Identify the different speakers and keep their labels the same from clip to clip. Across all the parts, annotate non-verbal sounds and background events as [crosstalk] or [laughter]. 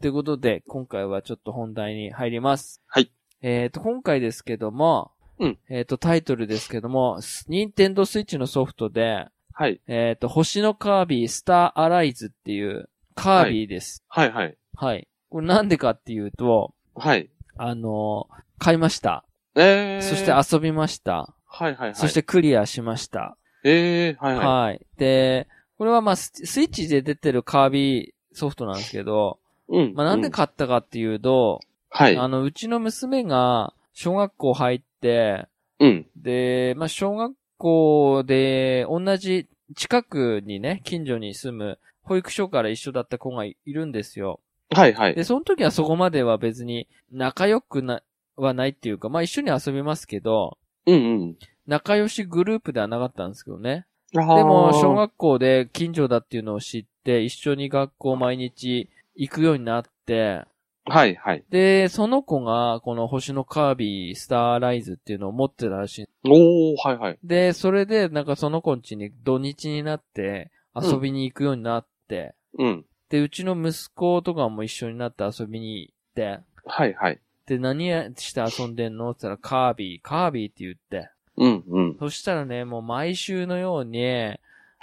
Speaker 1: ということで、今回はちょっと本題に入ります。
Speaker 2: はい。
Speaker 1: えっ、と、今回ですけども、
Speaker 2: うん
Speaker 1: えっ、と、タイトルですけども、任天堂スイッチのソフトで、
Speaker 2: はい。
Speaker 1: えっ、と、星のカービィスターアライズっていうカービィです。
Speaker 2: はいはい。
Speaker 1: はい。これなんでかっていうと、
Speaker 2: はい。
Speaker 1: あの買いました。
Speaker 2: えー。
Speaker 1: そして遊びました。
Speaker 2: はいはいはい。
Speaker 1: そし、てクリアしました。
Speaker 2: えー、はい
Speaker 1: はい、
Speaker 2: は
Speaker 1: で、これはまあス、スイッチで出てるカービィソフトなんですけど、
Speaker 2: い。うん。
Speaker 1: まあなんで買ったかっていうと、
Speaker 2: うん。はい。
Speaker 1: あの、うちの娘が小学校入って、
Speaker 2: うん。
Speaker 1: で、まあ小学校で同じ近くにね、近所に住む保育所から一緒だった子がいいるんですよ。
Speaker 2: はいはい。
Speaker 1: で、その時はそこまでは別に仲良くな、はないっていうか、まあ一緒に遊びますけど、
Speaker 2: うんうん。
Speaker 1: 仲良しグループではなかったんですけどね。
Speaker 2: で
Speaker 1: でも、小学校で近所だっていうのを知って、一緒に学校毎日行くようになって、
Speaker 2: はいはい。
Speaker 1: で、その子が、この星のカービィ、スターライズっていうのを持ってたらしい。
Speaker 2: おー、はいはい。
Speaker 1: で、それで、なんかその子ん家に土日になって、遊びに行くようになって、
Speaker 2: うん。
Speaker 1: で、うちの息子とかも一緒になって遊びに行って、
Speaker 2: はいはい。
Speaker 1: で、何して遊んでんのって言ったら、カービィ、カービィって言って。
Speaker 2: うんうん。
Speaker 1: そしたらね、もう毎週のように、
Speaker 2: は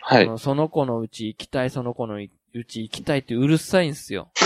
Speaker 1: あ
Speaker 2: い。
Speaker 1: のその子のうち行きたい、その子のうち行きたいってうるさいんすよ。
Speaker 2: [laughs]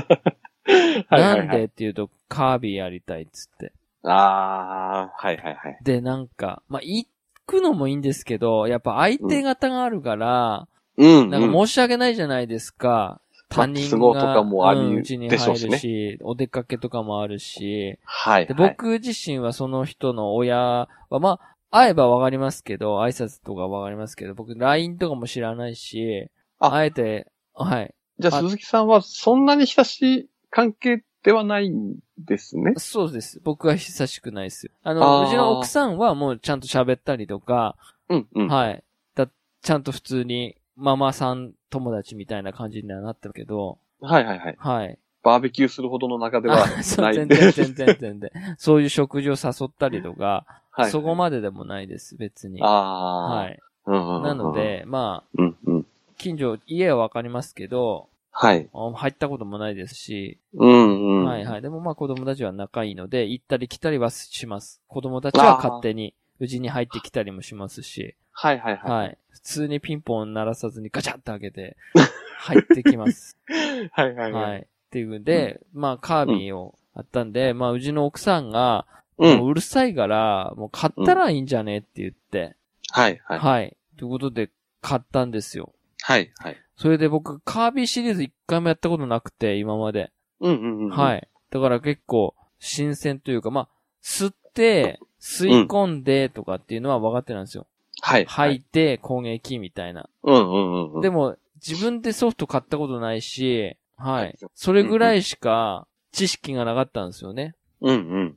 Speaker 2: はいはいは
Speaker 1: なんで
Speaker 2: い。
Speaker 1: っていうと、カービィやりたいっつって。
Speaker 2: あー、はいはいはい。
Speaker 1: で、なんか、まあ、行くのもいいんですけど、やっぱ相手方があるから、
Speaker 2: うん。
Speaker 1: なん
Speaker 2: う
Speaker 1: か申し訳ないじゃないですか。
Speaker 2: まあ
Speaker 1: 他人
Speaker 2: 都合と
Speaker 1: が、
Speaker 2: かもあり
Speaker 1: うんうちに
Speaker 2: でし
Speaker 1: 入
Speaker 2: ょうしね
Speaker 1: るし、お出かけとかもあるし、
Speaker 2: はい。
Speaker 1: で、、僕自身はその人の親は、まあ、会えばわかりますけど、挨拶とかわかりますけど、僕、LINE とかも知らないし、
Speaker 2: あ
Speaker 1: あえて、はい。
Speaker 2: じゃあ、鈴木さんはそんなに親しい関係ではないんですね。
Speaker 1: そうです。僕は久しくないです。あ
Speaker 2: あ
Speaker 1: の、
Speaker 2: ー
Speaker 1: うちの奥さんはもうちゃんと喋ったりとか、
Speaker 2: うんうん。
Speaker 1: はい。だ、ちゃんと普通にママさん友達みたいな感じにはなってるけど、
Speaker 2: はいはいはい。
Speaker 1: はい。
Speaker 2: バーベキューするほどの中では
Speaker 1: あそう
Speaker 2: ない
Speaker 1: 全然全然全然。そういう食事を誘ったりとか、
Speaker 2: はい。
Speaker 1: そこまででもないです、別に。
Speaker 2: あー。
Speaker 1: はい。
Speaker 2: うんうんうんうん
Speaker 1: なの、で、まあ、
Speaker 2: うんうん。
Speaker 1: 近所、家はわかりますけど、
Speaker 2: はい。
Speaker 1: あ入ったこともないですし、
Speaker 2: うんうん。
Speaker 1: はいはい。でもまあ子供たちは仲いいので、行ったり来たりはします。子供たちは勝手に、うちに入ってきたりもしますし、
Speaker 2: はいはいはい。
Speaker 1: はい。普通にピンポン鳴らさずにガチャッと開け
Speaker 2: [laughs]
Speaker 1: て、入ってきます。
Speaker 2: はいはいは。
Speaker 1: はいい。っていうんで、まあカービィをあったんで、まあうちの奥さんが、
Speaker 2: う
Speaker 1: も
Speaker 2: ん。
Speaker 1: ううるさいから、もう買ったらいいんじゃねって言って、
Speaker 2: はいはい。
Speaker 1: はい。ということで、買ったんですよ。
Speaker 2: はいはい。
Speaker 1: それで僕、カービィシリーズ一回もやったことなくて、今まで。
Speaker 2: うんうんうん。。
Speaker 1: はいい。だから結構、新鮮というか、まあ、吸って、吸い込んでとかっていうのは分かってなんですよ。
Speaker 2: はい。
Speaker 1: 吐い。て、攻撃みたいな。
Speaker 2: うんうんうんうん。
Speaker 1: で
Speaker 2: も、
Speaker 1: も、自分でソフト買ったことないし、は
Speaker 2: はい
Speaker 1: い。それぐらいしか知識がなかったんですよね。
Speaker 2: うん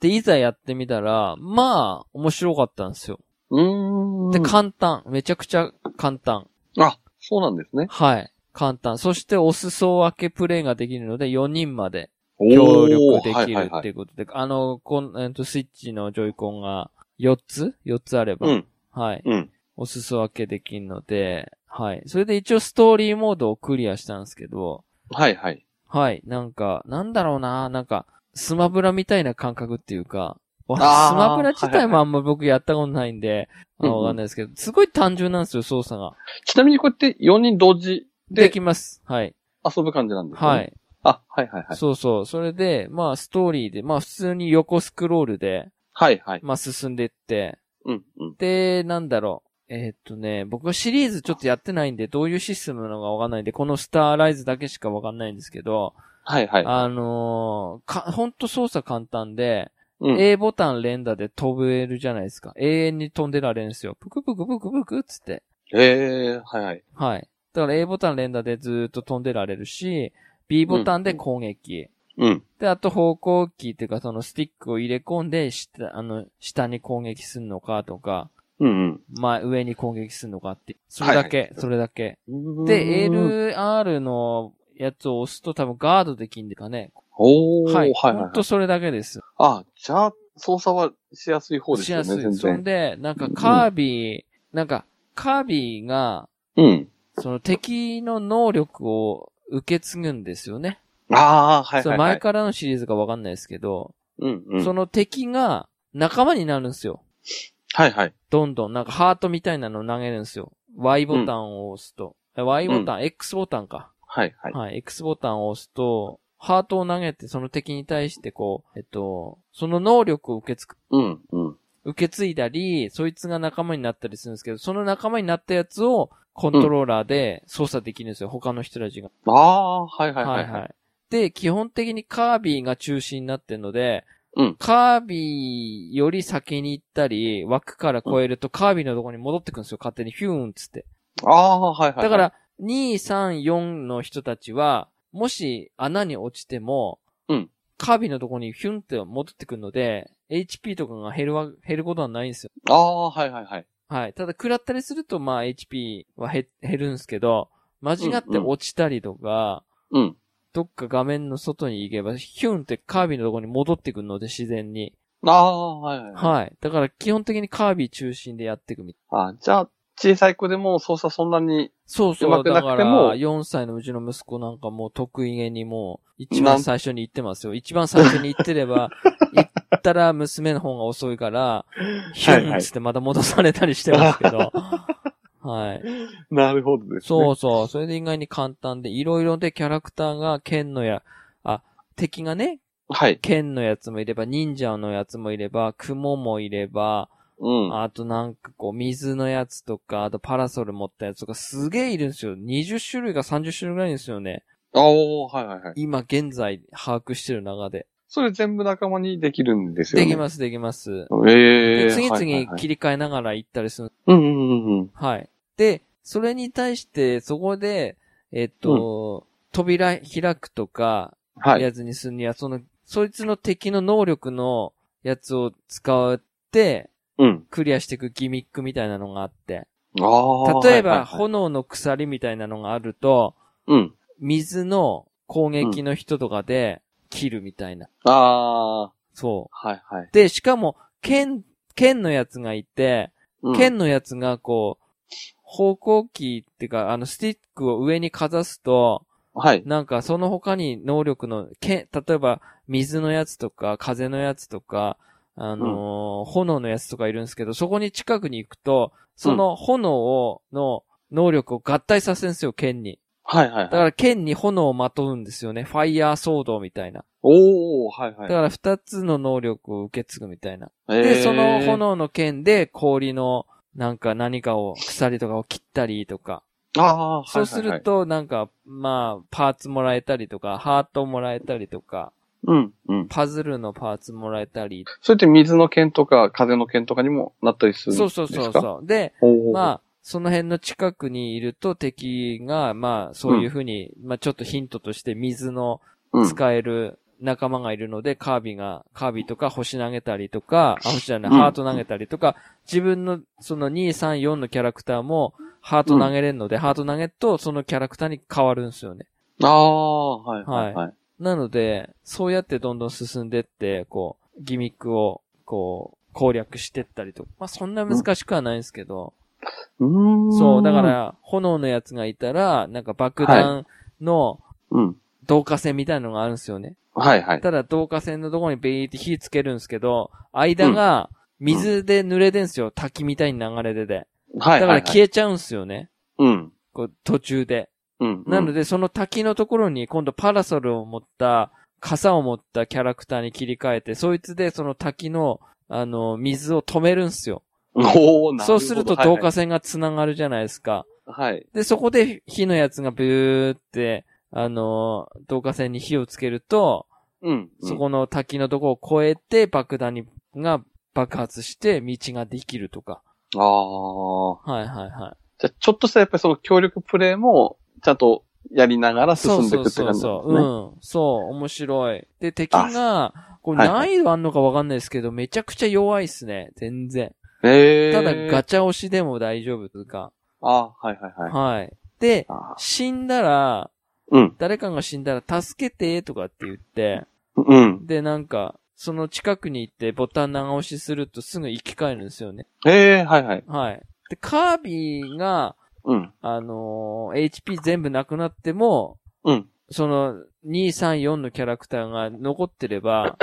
Speaker 1: で、いざやってみたら、まあ、面白かったんですよ。
Speaker 2: うん。うーん。
Speaker 1: で、簡単。めちゃくちゃ簡単。
Speaker 2: あ、そうなんですね。
Speaker 1: はい。簡単。そして、お裾分けプレイができるので、4人まで
Speaker 2: おー
Speaker 1: 協力でき
Speaker 2: は
Speaker 1: る
Speaker 2: いは
Speaker 1: っ
Speaker 2: いは
Speaker 1: て
Speaker 2: い
Speaker 1: いうことで、あの、こん、えっと、スイッチのジョイコンが4つ ?4 つあれば、
Speaker 2: うん
Speaker 1: はい。
Speaker 2: うん。
Speaker 1: お裾分けできるので、はい。それで一応ストーリーモードをクリアしたんですけど、
Speaker 2: はいはい。
Speaker 1: はい。なんか、なんだろうななんか、スマブラみたいな感覚っていうか、わ
Speaker 2: あー
Speaker 1: スマブラ自体
Speaker 2: はいはい
Speaker 1: もあんま僕やったことないんで、あの
Speaker 2: うんうん
Speaker 1: わかんないですけど、すごい単純なんですよ、操作が。
Speaker 2: ちなみにこうやって4人同時
Speaker 1: で
Speaker 2: で
Speaker 1: きます。はい。
Speaker 2: 遊ぶ感じなんですね。
Speaker 1: は。い。
Speaker 2: あ、はいはいはい。
Speaker 1: そうそう。それで、まあ、ストーリーで、まあ、普通に横スクロールで、
Speaker 2: はいはい。
Speaker 1: まあ、進んでいって、
Speaker 2: うんうん。
Speaker 1: で、なんだろう。えーっとね、僕はシリーズちょっとやってないんで、どういうシステムなのかわかんないんで、このスターライズだけしかわかんないんですけど、
Speaker 2: はいはい。
Speaker 1: あのーか、ほんと操作簡単で、
Speaker 2: うん。
Speaker 1: A ボタン連打で飛べるじゃないですか。永遠に飛んでられるんですよ。ぷくぷくぷくぷくっつって。
Speaker 2: えー、はいはい。
Speaker 1: はい。だから A ボタン連打でずーっと飛んでられるし、B ボタンで攻撃。
Speaker 2: うん。
Speaker 1: で、あと方向キーっていうか、そのスティックを入れ込んで、下、あの、下に攻撃するのかとか、
Speaker 2: うん
Speaker 1: まあ、上に攻撃するのかって。それだけ、
Speaker 2: はいはい
Speaker 1: それだけ。
Speaker 2: うん。
Speaker 1: で、。LR のやつを押すと多分ガードできんでかね。
Speaker 2: おー、
Speaker 1: は。
Speaker 2: はいい
Speaker 1: ほ
Speaker 2: はいはい
Speaker 1: ん。とそれだけです。
Speaker 2: あ、じゃあ、操作はしやすい方です
Speaker 1: し
Speaker 2: よ
Speaker 1: や
Speaker 2: ね、
Speaker 1: す
Speaker 2: 全
Speaker 1: い。そん
Speaker 2: 然。
Speaker 1: で、なんかカービィ、なんか、カービィが、
Speaker 2: うん。
Speaker 1: その敵の能力を受け継ぐんですよね。
Speaker 2: ああ、はい
Speaker 1: そ
Speaker 2: は
Speaker 1: れ
Speaker 2: い、は
Speaker 1: 前
Speaker 2: い。
Speaker 1: からのシリーズかわかんないですけど、
Speaker 2: うんうん。
Speaker 1: その敵が仲間になるんですよ。
Speaker 2: はいはい。
Speaker 1: どんどん、なんかハートみたいなの投げるんですよ。Y ボタンを押すと。え Y ボタン、X ボタンか。
Speaker 2: はいはい。
Speaker 1: はい、X ボタンを押すと、ハートを投げて、その敵に対してこう、えっと、その能力を受けつく、
Speaker 2: うんうん。
Speaker 1: 受け継いだり、そいつが仲間になったりするんですけど、その仲間になったやつをコントローラーで操作できるんですよ、他の人たちが。
Speaker 2: ああ、はいはいは。
Speaker 1: はいいはい。で、基本的にカービィが中心になってるので、
Speaker 2: うん
Speaker 1: カービィより先に行ったり、枠から越えるとカービィのとこに戻ってくるんですよ、勝手にヒューンっつって。
Speaker 2: ああ、はいはいはい。
Speaker 1: だか、ら、2、3、4の人たちは、もし穴に落ちても、
Speaker 2: うん
Speaker 1: カービィのとこにヒュンって戻ってくるので、HP とかが減るわ、減ることはないんですよ。
Speaker 2: ああ、はいはいはい。
Speaker 1: はい。ただ、食らったりすると、まあ、HP は減、減るんですけど、間違って落ちたりとか、
Speaker 2: うん。
Speaker 1: どっか画面の外に行けば、ヒュンってカービィのとこに戻ってくるので、自然に。
Speaker 2: ああ、はいはい。はい、
Speaker 1: はい。だから、基本的にカービィ中心でやっていくみたい。
Speaker 2: あじゃあ、小さい子でも操作そんなに、
Speaker 1: そうそう。
Speaker 2: うまくなくても
Speaker 1: だから4歳のうちの息子なんかもう得意げにもう、一番最初に行ってますよ。一番最初に行ってれ [laughs] ば、行ったら娘の方が遅いから、ヒュンっつってまた戻されたりしてますけ [laughs] ど。はい。
Speaker 2: なるほどですね。。
Speaker 1: そううそう。それで意外に簡単で、いろいろでキャラクターが剣のや、あ、敵がね、
Speaker 2: はい。
Speaker 1: 剣のやつもいれば、忍者のやつもいれば、雲もいれば、
Speaker 2: うん。
Speaker 1: あとなんかこう、水のやつとか、あとパラソル持ったやつとか、すげえいるんですよ。20種類か30種類ぐらいですよね。
Speaker 2: ああ、はいはいはい。
Speaker 1: 今現在把握してる中で。
Speaker 2: それ全部仲間にできるんですよ
Speaker 1: で
Speaker 2: ね。
Speaker 1: き
Speaker 2: す。
Speaker 1: ます、できます。
Speaker 2: ええ
Speaker 1: で
Speaker 2: ー。
Speaker 1: 次
Speaker 2: はいはい
Speaker 1: 々
Speaker 2: はい
Speaker 1: 切り替えながら行ったりする。
Speaker 2: うんうんうんうん。
Speaker 1: はい。で、それに対して、そこで、えっと、扉開くとか、
Speaker 2: はい。
Speaker 1: やつにするには、その、そいつの敵の能力のやつを使って、
Speaker 2: うん。
Speaker 1: クリアしていくギミックみたいなのがあって。
Speaker 2: ああ。
Speaker 1: 例え
Speaker 2: はいは
Speaker 1: ば、
Speaker 2: いはい
Speaker 1: 炎の鎖みたいなのがあると、
Speaker 2: うん。
Speaker 1: 水の攻撃の人とかで切るみたいな。
Speaker 2: ああ、は
Speaker 1: そ
Speaker 2: いはい。
Speaker 1: う。で、しかも、剣、剣のやつがいて、
Speaker 2: うん、
Speaker 1: 剣のやつがこう、方向キーっていうか、あの、スティックを上にかざすと、
Speaker 2: はい。
Speaker 1: なんかその他に能力の、剣、例えば、水のやつとか、風のやつとか、あのー炎のやつとかいるんですけど、そこに近くに行くと、その炎を、の能力を合体させるんですよ、剣に。
Speaker 2: はいはい
Speaker 1: だか
Speaker 2: はい。
Speaker 1: ら剣に炎をまとうんですよね。ファイヤーソードみたいな。
Speaker 2: おー、はいは
Speaker 1: だ
Speaker 2: い。
Speaker 1: から二つの能力を受け継ぐみたいな。
Speaker 2: え
Speaker 1: で、
Speaker 2: ー
Speaker 1: その、炎の剣で氷のなんか何かを、鎖とかを切ったりとか。
Speaker 2: ああ、はいはいはい。
Speaker 1: そうする。となんか、まあ、パーツもらえたりとか、ハートもらえたりとか、
Speaker 2: うん、うん。
Speaker 1: パズルのパーツもらえたり。
Speaker 2: それって水の剣とか風の剣とかにもなったりするん
Speaker 1: そ
Speaker 2: で
Speaker 1: う
Speaker 2: すか
Speaker 1: そうそうそう。で、
Speaker 2: おー
Speaker 1: まあ、その辺の近くにいると敵が、まあ、そういうふうに、まあちょっとヒントとして水の
Speaker 2: うん、
Speaker 1: 使える仲間がいるので、カービィが、カービィとか星投げたりとか、あ、星じゃない、
Speaker 2: うん
Speaker 1: ハート投げたりとか、自分のその2、3、4のキャラクターもハート投げれるので、ハート投げるとそのキャラクターに変わるんですよね。
Speaker 2: ああ、はいはいはい。
Speaker 1: なので、そうやってどんどん進んでって、こう、ギミックを、こう、攻略してったりとか。まあ、そんな難しくはないんですけど。
Speaker 2: うーん。
Speaker 1: そう、だか、ら、炎のやつがいたら、なんか爆弾の
Speaker 2: うん。
Speaker 1: 導火線みたいなのがあるんですよね。
Speaker 2: はいはい。
Speaker 1: ただ導火線のところにベーって火つけるんですけど、間が水で濡れてんすよ。滝みたいに流れてて。
Speaker 2: はいはいはい。
Speaker 1: だから消えちゃうんすよね。
Speaker 2: うん。
Speaker 1: こう途中で。
Speaker 2: うん。
Speaker 1: なので、その滝のところに今度パラソルを持った、傘を持ったキャラクターに切り替えて、そいつでその滝の、あの、水を止めるんすよ。
Speaker 2: うん、おーなるほど。
Speaker 1: そうすると
Speaker 2: はいは
Speaker 1: 導
Speaker 2: い
Speaker 1: 火線が繋がるじゃないですか。
Speaker 2: はい。
Speaker 1: で、そこで火のやつがブーって、あの、導火線に火をつけると、
Speaker 2: うん。
Speaker 1: そこの滝のとこを越えて爆弾にが爆発して道ができるとか。
Speaker 2: うん。ああ。
Speaker 1: はいはいは
Speaker 2: じゃあちょっとしたやっぱりその協力プレイも、ちゃんとやりながら
Speaker 1: い。そ
Speaker 2: 進
Speaker 1: うん
Speaker 2: でい
Speaker 1: そ
Speaker 2: く
Speaker 1: う
Speaker 2: って
Speaker 1: そ
Speaker 2: 感
Speaker 1: う
Speaker 2: じなん
Speaker 1: そ
Speaker 2: です
Speaker 1: う。
Speaker 2: ね。
Speaker 1: うん。そう、面白い。で、敵が、これ
Speaker 2: はいはい
Speaker 1: 難易度あんのかわかんないですけど、めちゃくちゃ弱いっすね。全然。
Speaker 2: ええ
Speaker 1: ただガチャ押しでも大丈夫とか。
Speaker 2: ああ、はいはいはい。
Speaker 1: はい。で、
Speaker 2: あー
Speaker 1: 死んだら、
Speaker 2: うん。
Speaker 1: 誰かが死んだら助けてとかって言って、
Speaker 2: うん。
Speaker 1: で、なんか、その近くに行ってボタン長押しするとすぐ生き返るんですよね。
Speaker 2: ええはいはい。
Speaker 1: はい。で、カービィが、
Speaker 2: うん。
Speaker 1: あのー HP 全部なくなっても、
Speaker 2: うん。
Speaker 1: その、2、3、4のキャラクターが残ってれば、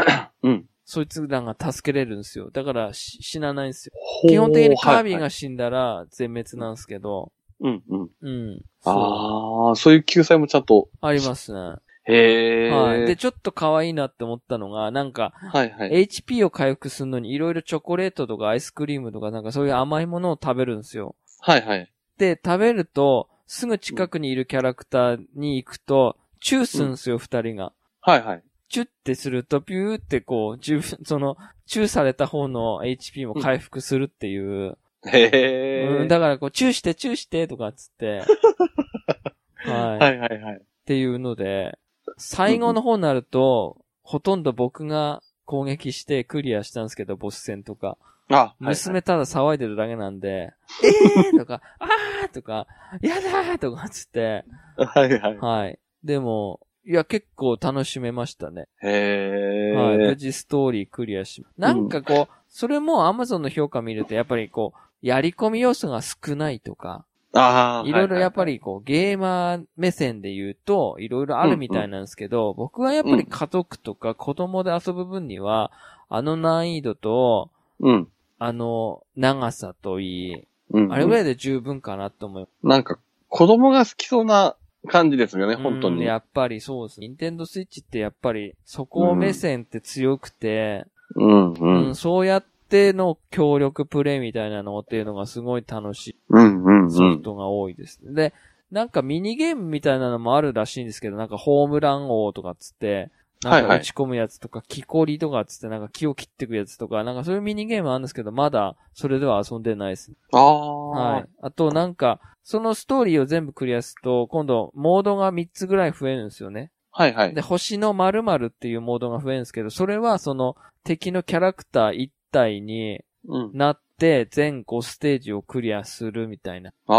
Speaker 2: うん。
Speaker 1: そいつらが助けれるんですよ。だからし死なないんですよ。
Speaker 2: ほう
Speaker 1: 基本的にカービィ
Speaker 2: はいはい
Speaker 1: が死んだら全滅なんですけど、
Speaker 2: うんうん。
Speaker 1: うん。そう
Speaker 2: ああ、そういう救済もちゃんと。
Speaker 1: ありますね。
Speaker 2: へえ。
Speaker 1: はい。で、ちょっと可愛いなって思ったのが、なんか、
Speaker 2: はいはい。
Speaker 1: HP を回復するのにいろいろチョコレートとかアイスクリームとかなんかそういう甘いものを食べるんですよ。
Speaker 2: はいはい。
Speaker 1: で、食べると、すぐ近くにいるキャラクターに行くと、チューするんですよ、二、人が。
Speaker 2: はいはい。
Speaker 1: チュってすると、ピューってこう、自分、その、チューされた方の HP も回復するっていう。
Speaker 2: へ
Speaker 1: う
Speaker 2: え。
Speaker 1: ん、だからこう、チューして、チューして、とかっつ [laughs] って。はい。
Speaker 2: は
Speaker 1: っ
Speaker 2: いはいはい。
Speaker 1: ていうので、最後の方になると、ほとんど僕が攻撃してクリアしたんですけど、ボス戦とか。
Speaker 2: あ、はいはい
Speaker 1: 娘ただ騒いでるだけなんで、えーとか、あーとか、やだーとかっつって、
Speaker 2: はいはい。
Speaker 1: はい。でも、いや、結構楽しめましたね。
Speaker 2: へえ。
Speaker 1: はい。無事ストーリークリアし、なんかこう、それも Amazon の評価見ると、やっぱりこう、やり込み要素が少ないとか、
Speaker 2: ああ。
Speaker 1: いろいろやっぱ
Speaker 2: り。
Speaker 1: りこう、ゲーマー目線で言うと、いろいろあるみたいなんですけど、僕はやっぱり家族とか子供で遊ぶ分には、あの難易度と、
Speaker 2: うん。
Speaker 1: あの、長さといい、
Speaker 2: うん。
Speaker 1: あれぐらいで十分かなと思う。
Speaker 2: なんか、子供が好きそうな感じですよね、本当
Speaker 1: うん
Speaker 2: に。
Speaker 1: やっぱりそうです。ニンテンドスイッチってやっぱり、そこ目線って強くて、
Speaker 2: うんう
Speaker 1: うん
Speaker 2: ん。
Speaker 1: そうやっての協力プレイみたいなのっていうのがすごい楽しい
Speaker 2: うんうんう
Speaker 1: ソフ
Speaker 2: ん。
Speaker 1: トが多いです。で、なんかミニゲームみたいなのもあるらしいんですけど、なんかホームラン王とかっつって、な
Speaker 2: は
Speaker 1: ん
Speaker 2: いは
Speaker 1: か
Speaker 2: い
Speaker 1: 打ち込むやつとか、木こりとかっつって、なんか木を切ってくやつとか、なんかそういうミニゲームあるんですけど、まだそれでは遊んでないですね
Speaker 2: ああ。
Speaker 1: はい。あとなんか、そのストーリーを全部クリアすると、今度、モードが3つぐらい増えるんですよね。
Speaker 2: はいはい
Speaker 1: で、。星の〇〇っていうモードが増えるんですけど、それはその敵のキャラクター1体に
Speaker 2: うん。
Speaker 1: なって、全5ステージをクリアするみたいな。
Speaker 2: あ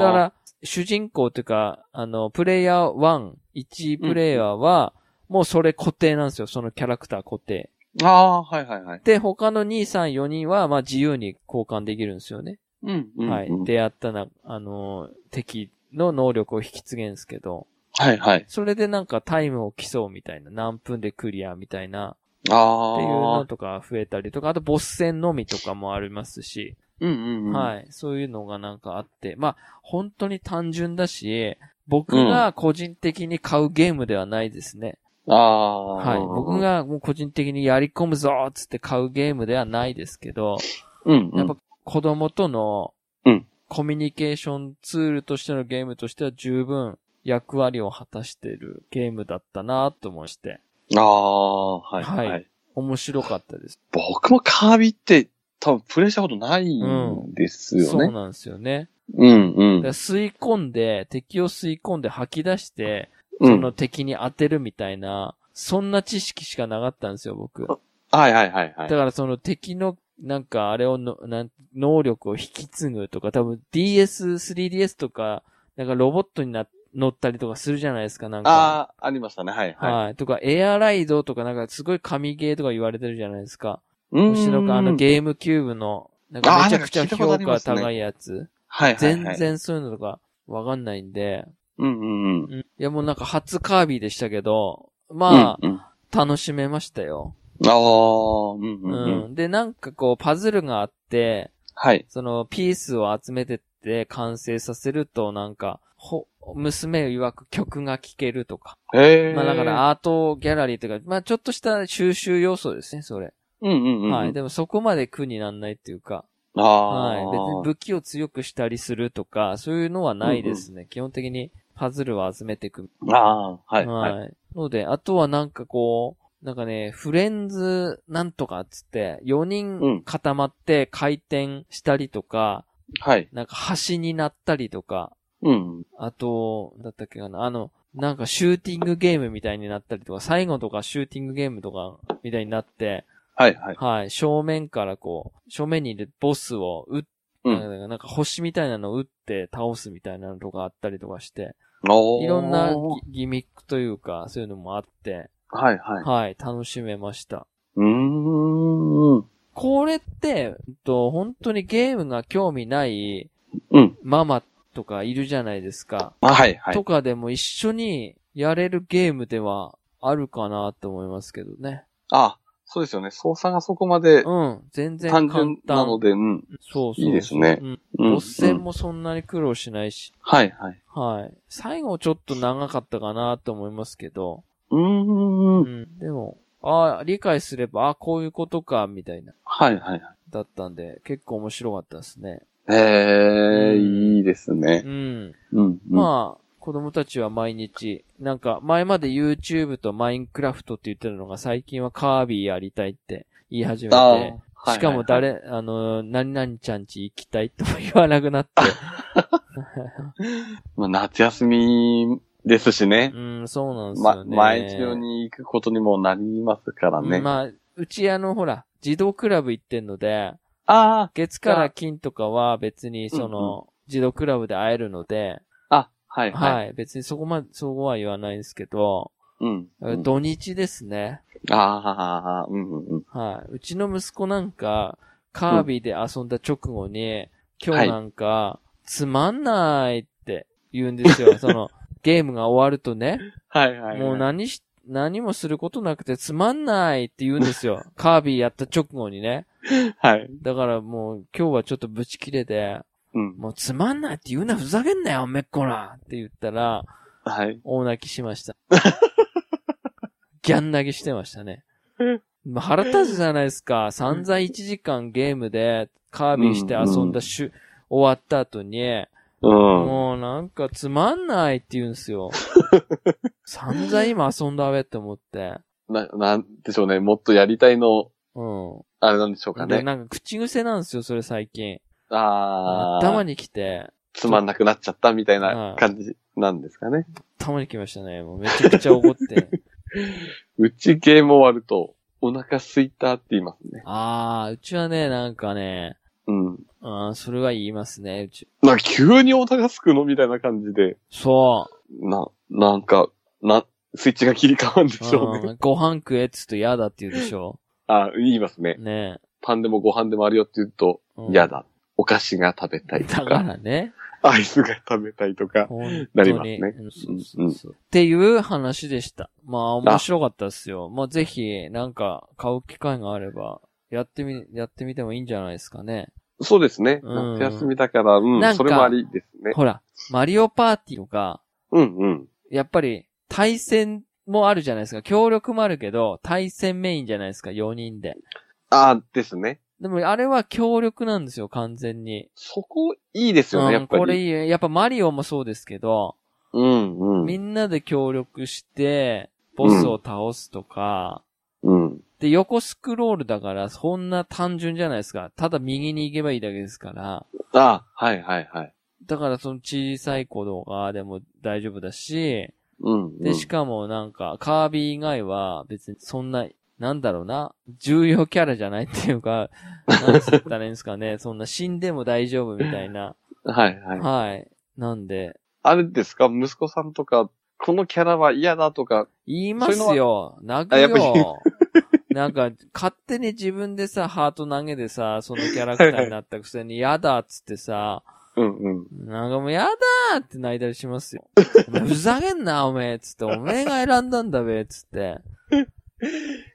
Speaker 1: だ
Speaker 2: あ。
Speaker 1: から、主人公というか、あの、プレイヤー1、1プレイヤーは、もうそれ固定なんですよ。そのキャラクター固定。
Speaker 2: ああ、はいはいはい。
Speaker 1: で、他の2、3、4人は、まあ自由に交換できるんですよね。
Speaker 2: うんうんうん。
Speaker 1: はい。出会ったな、あのー、敵の能力を引き継げんすけど、
Speaker 2: はいはい。
Speaker 1: それでなんかタイムを競うみたいな、何分でクリアみたいな、っていう
Speaker 2: あ
Speaker 1: の
Speaker 2: あ。
Speaker 1: とか増えたりとか、あとボス戦のみとかもありますし、
Speaker 2: うんうんうん。
Speaker 1: はい。そういうのがなんかあって、まあ、本当に単純だし、僕が個人的に買うゲームではないですね。
Speaker 2: ああ。
Speaker 1: はい。僕。がもう個人的にやり込むぞーっつって買うゲームではないですけど、
Speaker 2: うんう
Speaker 1: やっ
Speaker 2: ん
Speaker 1: ぱ。子供との
Speaker 2: うん、
Speaker 1: コミュニケーションツールとしてのゲームとしては十分役割を果たしているゲームだったなと思いまして、
Speaker 2: ああ、はいは
Speaker 1: はい
Speaker 2: い。
Speaker 1: 面白かったです。
Speaker 2: 僕もカービィって多分プレイしたことないんですよ
Speaker 1: そう
Speaker 2: ね。
Speaker 1: なんですよね。
Speaker 2: うんう
Speaker 1: だ
Speaker 2: ん
Speaker 1: から。吸い込んで、敵を吸い込んで吐き出して、
Speaker 2: う
Speaker 1: そ
Speaker 2: ん。
Speaker 1: の敵に当てるみたいな、そんな知識しかなかったんですよ、僕。だ
Speaker 2: はいはいはいはい。
Speaker 1: からその敵の、なんかあれをの、なん、能力を引き継ぐとか、多分 DS、3DS とか、なんかロボットにな、乗ったりとかするじゃないですか、なんか。
Speaker 2: ああ、ありましたね。はいはい。
Speaker 1: はい。とか、エアライドとかなんかすごい神ゲーとか言われてるじゃないですか。
Speaker 2: う
Speaker 1: 後ろからあのゲームキューブの、なんか
Speaker 2: あ
Speaker 1: め
Speaker 2: ー
Speaker 1: ちゃくちゃ
Speaker 2: なんか聞いたこと
Speaker 1: 評
Speaker 2: ありま
Speaker 1: 価
Speaker 2: すね
Speaker 1: 高いやつ。
Speaker 2: はいはいはい。
Speaker 1: 全。然そういうのとかわかんないんで。
Speaker 2: うんうんうん。
Speaker 1: うんいやもうなんか初カービィでしたけど、ま
Speaker 2: うんうん、あ
Speaker 1: あ、楽しめましたよ。
Speaker 2: あ、うんう
Speaker 1: うん
Speaker 2: うん。
Speaker 1: ん。で、なんかこうパズルがあって、
Speaker 2: はい。
Speaker 1: そのピースを集めてって完成させるとなんか、ほ、娘曰く曲が聴けるとか。
Speaker 2: へえ。
Speaker 1: まあだか、らアートギャラリーとか、まあちょっとした収集要素ですね、それ。
Speaker 2: うんうんうん。
Speaker 1: はい。。でもそこまで苦になんないっていうか、
Speaker 2: ああ。
Speaker 1: はい。別に武器を強くしたりするとか、そういうのはないですね。基本的にパズルを集めていく。
Speaker 2: ああー、はいはい。
Speaker 1: ので、あとはなんかこう、なんかね、フレンズなんとかっつって、4人固まって回転したりとか、
Speaker 2: はい。
Speaker 1: なんか橋になったりとか、
Speaker 2: うん。
Speaker 1: あと、だったっけかな、あの、なんかシューティングゲームみたいになったりとか、最後とかシューティングゲームとかみたいになって、
Speaker 2: はいはい。
Speaker 1: はい、正面からこう、正面にいるボスを撃っ
Speaker 2: う
Speaker 1: なん
Speaker 2: ん。
Speaker 1: かなんか星みたいなのを撃って倒すみたいなのとかあったりとかして、
Speaker 2: おー
Speaker 1: いろんなギギミックというか、そういうのもあって、
Speaker 2: はいはい。
Speaker 1: はい、楽しめました。
Speaker 2: うーん。
Speaker 1: これって、うんと本当にゲームが興味ない
Speaker 2: うん。
Speaker 1: ママとかいるじゃないですか。
Speaker 2: あはいはい。
Speaker 1: とかでも一緒にやれるゲームではあるかなと思いますけどね。
Speaker 2: あ、そうですよね。操作がそこまで
Speaker 1: うん、全然簡
Speaker 2: 単
Speaker 1: 単。
Speaker 2: 純なので、うん。
Speaker 1: そうそうそう。
Speaker 2: いいですね
Speaker 1: うん。
Speaker 2: うん
Speaker 1: ボス戦もそんなに苦労しないし。
Speaker 2: はいはい。
Speaker 1: はい。最後ちょっと長かったかなと思いますけど。
Speaker 2: うー。
Speaker 1: うんん。でも、ああ、理解すれば、ああ、こういうことか、みたいな、
Speaker 2: はいはいはい。
Speaker 1: だったんで、結構面白かったですね。
Speaker 2: ええいいですね
Speaker 1: う。ん。
Speaker 2: うん。あ、
Speaker 1: まあ、子供たちは毎日、なんか、前まで YouTube とマインクラフトって言ってたのが、最近はカービィやりたいって言い始め
Speaker 2: あー
Speaker 1: て、しかも、誰、あの、何々ちゃんち行きたいとも言わなくなって、
Speaker 2: [laughs] まあ、夏休みですしね。
Speaker 1: うん、そうなんです
Speaker 2: ま
Speaker 1: よ、ね。
Speaker 2: 毎日用に行くことにもなりますからね。
Speaker 1: まあ、うちあの、ほら、児童クラブ行ってんので、
Speaker 2: あ
Speaker 1: 月から金とかは別にその、児童クラブで会えるので、
Speaker 2: あ、あ、はいはい。
Speaker 1: はい、別にそこまで、そこは言わないんですけど、
Speaker 2: うん。うん
Speaker 1: 土日ですね。
Speaker 2: ああ、うんうんうん。
Speaker 1: はい。うちの息子なんか、カービィで遊んだ直後に、今日なんか、つまんないって言うんです
Speaker 2: [laughs]
Speaker 1: よ。その、ゲームが終わるとね、
Speaker 2: はいはい、はい。
Speaker 1: もう何し、何もすることなくてつまんないって言うんですよ。カービィやった直後にね。
Speaker 2: はい。
Speaker 1: だからもう今日はちょっとブチ切れで、
Speaker 2: うん。
Speaker 1: もうつまんないって言うな、ふざけんなよ、めっこらって言ったら、
Speaker 2: はい。
Speaker 1: 大泣きしました。ギャン泣きしてましたね。まあ腹立つじゃないですか。散々1時間ゲームでカービィして遊んだしゅ、終わった後に、
Speaker 2: うん。
Speaker 1: もうなんかつまんないって言うんですよ。散々今遊んだべって思って。
Speaker 2: な、なんでしょうね。もっとやりたいの、
Speaker 1: う。
Speaker 2: あれなんでしょうんか
Speaker 1: で、
Speaker 2: ね。
Speaker 1: なんか口癖なんですよ、それ最近。
Speaker 2: ああ。
Speaker 1: 頭に来て、
Speaker 2: つまんなくなっちゃったみたい
Speaker 1: うん
Speaker 2: な感じなんですかね。
Speaker 1: 頭に来ましたね。もうめちゃくちゃ怒って。
Speaker 2: [laughs] うちゲーム終わると、お腹すいたって言いますね。
Speaker 1: ああ、うちはね、なんかね、
Speaker 2: うん。
Speaker 1: うん、それは言いますね、うち。
Speaker 2: なんか急にお腹すくのみたいな感じで、
Speaker 1: そ
Speaker 2: な、なんか、な、スイッチが切り替わるんで
Speaker 1: う。
Speaker 2: しょうね。
Speaker 1: うん、 [laughs] ご飯食えっつうと嫌だって言うでしょ。
Speaker 2: あ、言いますね。
Speaker 1: ね
Speaker 2: パンでもご飯でもあるよって言うと、
Speaker 1: え。
Speaker 2: 嫌、
Speaker 1: だ。
Speaker 2: だ。お菓子が食べたい
Speaker 1: だ [laughs]
Speaker 2: と
Speaker 1: か
Speaker 2: か、
Speaker 1: らね。
Speaker 2: アイスが食べたいとか。
Speaker 1: 本当
Speaker 2: な
Speaker 1: に
Speaker 2: りますね
Speaker 1: うんそうそうそうっていう話でした。まあ、面白かったですよ。まあ、ぜひ、なんか、買う機会があれば、やってみ、やってみてもいいんじゃないですかね。
Speaker 2: そうですね。
Speaker 1: うん
Speaker 2: 夏休みだから、うん、
Speaker 1: なんか
Speaker 2: それもありですね。
Speaker 1: ほら、マリオパーティーとか、
Speaker 2: うんうん。
Speaker 1: やっぱり、対戦もあるじゃないですか。協力もあるけど、対戦メインじゃないですか、4人で。
Speaker 2: ああ、ですね。
Speaker 1: でも、あれは協力なんですよ、完全に。
Speaker 2: そこ、いいですよね、や
Speaker 1: う
Speaker 2: っ
Speaker 1: ん、
Speaker 2: ぱり。
Speaker 1: これいいよ。やっぱマリオもそうですけど、
Speaker 2: うんうん。
Speaker 1: みんなで協力して、ボスを倒すとか、
Speaker 2: うん。
Speaker 1: で、横スクロールだから、そんな単純じゃないですか。ただ右に行けばいいだけですから。
Speaker 2: ああ、はいはいはい。
Speaker 1: だから、その小さい子とかでも大丈夫だし、
Speaker 2: うん、うん。
Speaker 1: で、しかもなんか、カービィ以外は別にそんな、なんだろうな、重要キャラじゃないっていう
Speaker 2: [laughs]
Speaker 1: か、なんつったらいいんですかね、そんな死んでも大丈夫みたいな。
Speaker 2: はいはい。
Speaker 1: はい。なんで、
Speaker 2: あれですか息子さんとか、このキャラは嫌だとか、
Speaker 1: 言います
Speaker 2: そういう
Speaker 1: よ。泣く
Speaker 2: あやっぱ
Speaker 1: よ。 [laughs] なんか、勝手に自分でさ、ハート投げでさ、そのキャラクターになったくせに、やだっつってさ、
Speaker 2: うんうん。
Speaker 1: なんかもうやだーって泣いたりします
Speaker 2: [laughs]
Speaker 1: よ。お前ふざけんな、おめえっつって、おめえが選んだんだべ、っつって。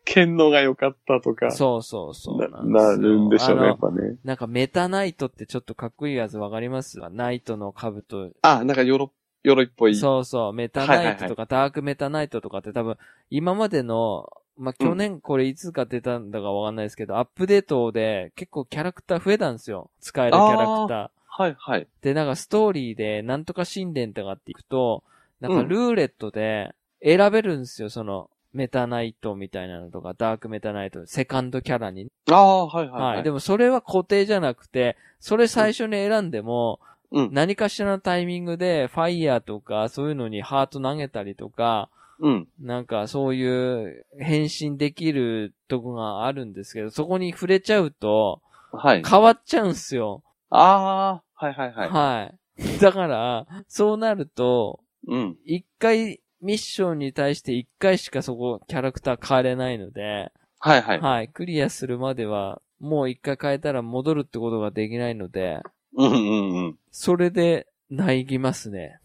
Speaker 2: 剣のが良かったとか、
Speaker 1: そうそうそう
Speaker 2: な
Speaker 1: です
Speaker 2: な
Speaker 1: よ
Speaker 2: るんでしょう
Speaker 1: あ
Speaker 2: ね、や
Speaker 1: の
Speaker 2: っぱね。
Speaker 1: なんかメタナイトってちょっとかっこいいやつわかりますナイトの兜。
Speaker 2: あ、なんかヨロ、鎧っぽい。
Speaker 1: そうそう、メタナイトとかダークメタナイトとかって多分、今までの、まあ、去年これいつか出たんだかわかんないですけど、アップデートで結構キャラクター増えたんですよ。使えるキャラクター。
Speaker 2: はいはい。
Speaker 1: で、なんかストーリーでなんとか神殿とかっていくと、なんか
Speaker 2: うん
Speaker 1: ルーレットで選べるんですよ、その、メタナイトみたいなのとか、ダークメタナイト、セカンドキャラにね
Speaker 2: ああ、はいはい、
Speaker 1: は、
Speaker 2: はいい。
Speaker 1: でもそれは固定じゃなくて、それ最初に選んでも、
Speaker 2: うん
Speaker 1: 何かしらのタイミングで、ファイヤーとか、そういうのにハート投げたりとか、
Speaker 2: うん。
Speaker 1: なんかそういう変身できるとこがあるんですけど、そこに触れちゃうと、
Speaker 2: はい。
Speaker 1: 変わっちゃうんすよ。
Speaker 2: ああ、はいはいは。
Speaker 1: はいい。だから、そうなると、
Speaker 2: うん。
Speaker 1: 一回、ミッションに対して一回しかそこ、キャラクター変えれないので、
Speaker 2: はいはい。
Speaker 1: はい。クリアするまでは、もう一回変えたら戻るってことができないので、
Speaker 2: うんうんうん。
Speaker 1: それで、ないぎますね。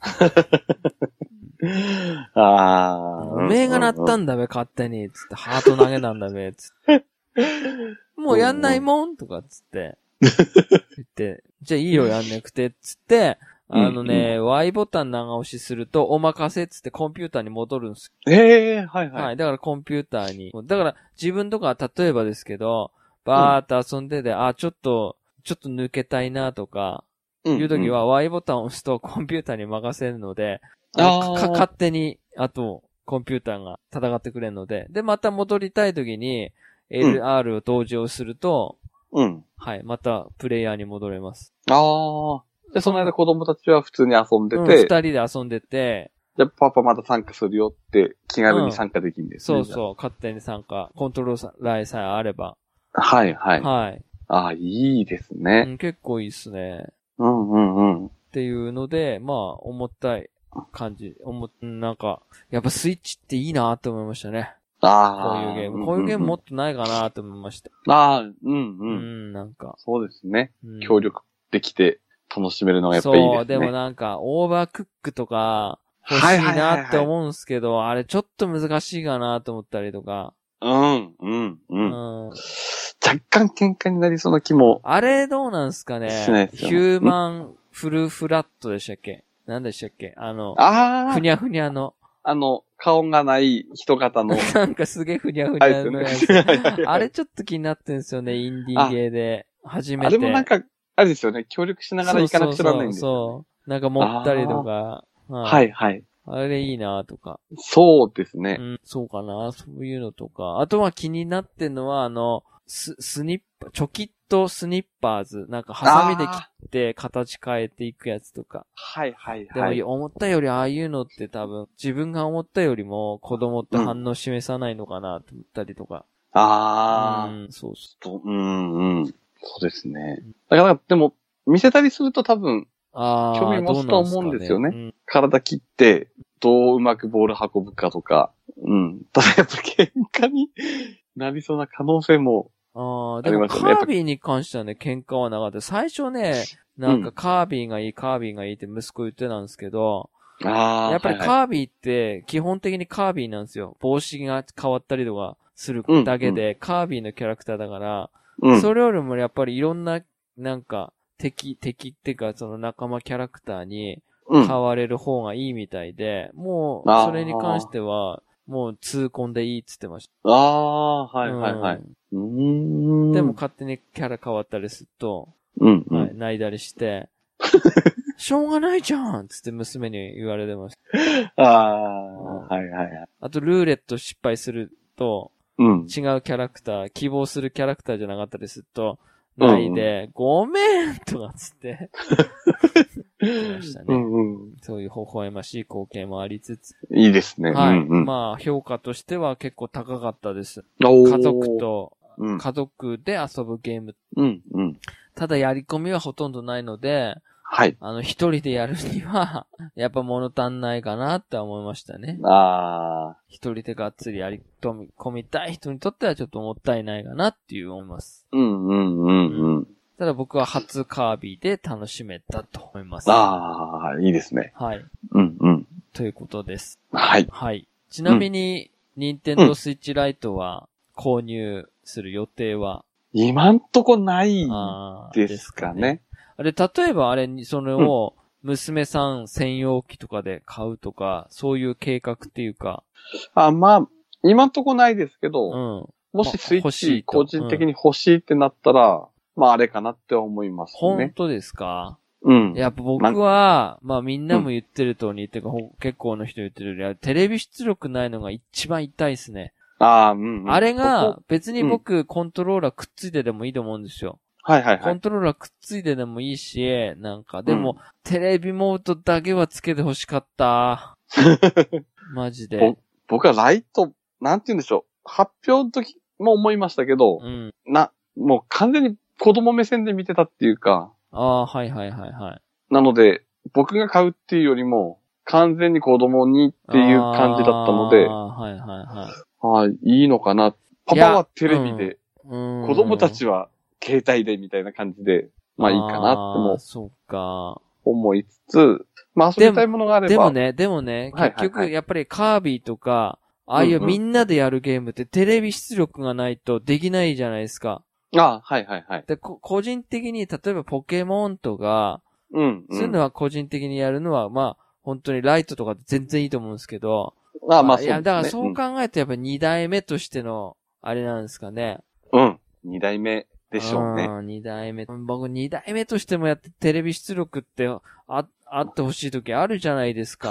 Speaker 2: ああ。
Speaker 1: おめえが鳴ったんだべ、勝手に。つって、ハート投げたんだべ、つって。 [laughs] もうやんないもんとか、つって。言って、じゃあいいよ、やんなくて、つって、あのね、Y ボタン長押しすると、お任せっつってコンピューターに戻るんです
Speaker 2: ええはい
Speaker 1: はい、
Speaker 2: はい。
Speaker 1: だからコンピューターに。だから自分とかは例えばですけど、バーっと遊んでて、あ、ちょっと、ちょっと抜けたいなとか、
Speaker 2: い
Speaker 1: いう時、は Y ボタンを押すとコンピューターに任せるので、
Speaker 2: あー
Speaker 1: か勝手に、あと、コンピューターが戦ってくれるので、で、また戻りたい時に、LR を同時押すると、
Speaker 2: うん。
Speaker 1: はい、またプレイヤーに戻れます。
Speaker 2: ああ。で、その間子供たちは普通に遊んで
Speaker 1: うん
Speaker 2: て、
Speaker 1: 二人で遊んでて、
Speaker 2: じゃあパパまた参加するよって気軽に参加できるんですね。
Speaker 1: そうそう、勝手に参加、コントローラーさえあれば。
Speaker 2: う。はいはい。あ
Speaker 1: はい。
Speaker 2: あー、いいです
Speaker 1: う
Speaker 2: ね。
Speaker 1: ん結構いいっすね。
Speaker 2: うんうんうん。
Speaker 1: っていうので、まあ、重たい感じ。おも、うんなんか、やっぱスイッチっていいなと思いましたね。こう
Speaker 2: ああ。
Speaker 1: いうゲーム。こういうゲームもっとないかなと思いました。
Speaker 2: ああ、う
Speaker 1: う
Speaker 2: んうん。
Speaker 1: ん、なんか。
Speaker 2: そうですね。
Speaker 1: うん
Speaker 2: 協力できて楽しめるのがやっぱいいですね。
Speaker 1: そう、でもなんか、オーバークックとか、欲し
Speaker 2: はいいはいはいはい
Speaker 1: なって思うんですけど、あれちょっと難しいかなと思ったりとか。
Speaker 2: うん、うん、う。
Speaker 1: うんん。
Speaker 2: 若干喧嘩になりそうな気も。
Speaker 1: あれどうなんすか
Speaker 2: しない
Speaker 1: ね
Speaker 2: です
Speaker 1: ヒ
Speaker 2: よ
Speaker 1: ューマンフルフラットでしたっけなんでしたっけあの、
Speaker 2: あ
Speaker 1: ふ
Speaker 2: あ、
Speaker 1: にゃふにゃの。
Speaker 2: あの、顔がない人型
Speaker 1: [laughs]
Speaker 2: の。
Speaker 1: なんかすげえふにゃふに
Speaker 2: あ
Speaker 1: ゃ
Speaker 2: れ
Speaker 1: のや
Speaker 2: で
Speaker 1: つ
Speaker 2: す。よ [laughs] ね。
Speaker 1: あれちょっと気になってんすよね、インディーゲーで。初めて。
Speaker 2: あれもなんか、あれですよね。協力しながら行かなくちゃならないんですよ
Speaker 1: そうそうそう。なんか持ったりとか。
Speaker 2: ね。
Speaker 1: は。
Speaker 2: はいい、はい。
Speaker 1: あれいいなとか。
Speaker 2: そうです
Speaker 1: う
Speaker 2: ね。
Speaker 1: ん、そうかな、そういうのとか。あとは気になってんのは、あの、ス、スニッパ、チョキッとスニッパーズ。なんか、ハサミで切って形変えていくやつとか。
Speaker 2: はい、はい、
Speaker 1: でも、
Speaker 2: はい。
Speaker 1: 思ったよりああいうのって多分、自分が思ったよりも子供って反応示さないのかなと思ったりとか。う
Speaker 2: ああ、
Speaker 1: ん、そうそ
Speaker 2: と、うん、うん。そうですね。だから、でも、見せたりすると多分、
Speaker 1: う。ああ、
Speaker 2: 興味持つと思うんですよね
Speaker 1: どなんす
Speaker 2: 体切って、どううまくボール運ぶかとか。うん。ただやっぱ喧嘩になりそうな可能性も。
Speaker 1: かねうんああ、
Speaker 2: あ
Speaker 1: で
Speaker 2: り
Speaker 1: も
Speaker 2: ま
Speaker 1: カ
Speaker 2: すよねやっぱ
Speaker 1: ービィに関してはね、喧嘩はなかった。最初ね、なんかカービィがいい、カービィがいいって息子言ってたんですけど、
Speaker 2: あ
Speaker 1: やっぱり
Speaker 2: はいはい
Speaker 1: カービィって、基本的にカービィなんですよ。帽子が変わったりとかするだけで、カービィのキャラクターだから、
Speaker 2: うん、
Speaker 1: それよりもやっぱりいろんな、なんか、敵、敵っていうか、その仲間キャラクターに
Speaker 2: うん
Speaker 1: 変われる方がいいみたいで、もう、
Speaker 2: あー
Speaker 1: それに関しては、もう痛恨でいいっつってまし
Speaker 2: ああ、は
Speaker 1: た。
Speaker 2: いはいはい。
Speaker 1: うん
Speaker 2: うーん。
Speaker 1: でも、勝手にキャラ変わったりすると、
Speaker 2: うん、う
Speaker 1: は
Speaker 2: ん。
Speaker 1: い、泣いたり
Speaker 2: [laughs]
Speaker 1: して、しょうがないじゃんっつって娘に言われてました。
Speaker 2: ああ、はいはいはい。
Speaker 1: あと、ルーレット失敗すると、
Speaker 2: う
Speaker 1: 違
Speaker 2: ん。
Speaker 1: うキャラクター、希望するキャラクターじゃなかったりすると、ないで、ごめんとかっつっ
Speaker 2: [laughs]
Speaker 1: て、言ってましたね。
Speaker 2: うんうん。
Speaker 1: そういう微笑ましい光景もありつつ。
Speaker 2: いいですね。
Speaker 1: はい。
Speaker 2: うんうん、
Speaker 1: まあ、評価としては結構高かったです。
Speaker 2: おー
Speaker 1: 家族。と、
Speaker 2: うん。
Speaker 1: 家族で遊ぶゲーム。
Speaker 2: うん、うん。
Speaker 1: ただ、やり込みはほとんどないので、
Speaker 2: はい。
Speaker 1: あの、一人でやるには、 [laughs] やっぱ物足んないかなって思いましたね。
Speaker 2: ああ、
Speaker 1: 一人でがっつりやり込みたい人にとってはちょっともったいないかなっていう思います。
Speaker 2: うん、うん、うん、うん。
Speaker 1: ただ僕は初カービィで楽しめたと思います。
Speaker 2: ああ、いいですね。
Speaker 1: はい。
Speaker 2: うん、うん。
Speaker 1: ということです。
Speaker 2: はい。
Speaker 1: はい。ちなみに、任天堂スイッチライトは購入する予定は、
Speaker 2: 今んとこない
Speaker 1: あー
Speaker 2: ですか。ね。
Speaker 1: あれ、例えばあれに、それを、娘さん専用機とかで買うとか、そういう計画っていうか、
Speaker 2: あ、まあ、今んとこないですけど、
Speaker 1: うん。
Speaker 2: もし
Speaker 1: まあ
Speaker 2: スイ
Speaker 1: 欲
Speaker 2: ッ
Speaker 1: しい
Speaker 2: チ
Speaker 1: と
Speaker 2: 個人的に欲しいってなったら、まああれかなって思います
Speaker 1: 本
Speaker 2: ね。
Speaker 1: 当ですか
Speaker 2: うん。
Speaker 1: やっぱ僕は、まあみんなも言ってる通り、っていうかほ結構の人言ってるより、テレビ出力ないのが一番痛いですね。
Speaker 2: ああ、うん、うん
Speaker 1: あれ
Speaker 2: こ
Speaker 1: が
Speaker 2: こ、
Speaker 1: 別に僕、コントローラーくっついてでもいいと思うんですよ。
Speaker 2: はいはいは
Speaker 1: コン
Speaker 2: い。
Speaker 1: トローラーくっついてでもいいし、なんか、でも、テレビモードだけはつけてほしか
Speaker 2: [laughs]
Speaker 1: った。マジで。
Speaker 2: 僕はライト、なんて言うんでしょう。発表の時も思いましたけど、
Speaker 1: うん。
Speaker 2: な、もう完全に子供目線で見てたっていうか、
Speaker 1: ああ、はいはいはいはい。
Speaker 2: なので、僕が買うっていうよりも、完全に子供にっていう感じだったので
Speaker 1: あ、あ、はいはいはい。
Speaker 2: ああ、いいのかな。パパはテレビで、
Speaker 1: うん
Speaker 2: 子供たちは携帯でみたいな感じで、まあいいかなっても
Speaker 1: あーそうか。
Speaker 2: 思いつつ、まあ遊びたいものがあれば。
Speaker 1: でもね、でもね、
Speaker 2: はいはいはい
Speaker 1: 結局、やっぱりカービィとか、ああいう
Speaker 2: うんうん
Speaker 1: みんなでやるゲームってテレビ出力がないとできないじゃないですか。
Speaker 2: あ、はいはいはい。
Speaker 1: で、こ個人的に、例えばポケモンとか、
Speaker 2: うん、うん。
Speaker 1: そういうのは個人的にやるのは、まあ、本当にライトとかで全然いいと思うんですけど。
Speaker 2: あまあそう
Speaker 1: い
Speaker 2: ですね、
Speaker 1: や、だからそう考えるとやっぱ二代目としての、あれなんですかね。
Speaker 2: うん。うん。二代目でしょうね。
Speaker 1: ん。二代目。僕二代目としてもやってテレビ出力ってあ、あってほしい時あるじゃないです
Speaker 2: [laughs]
Speaker 1: か。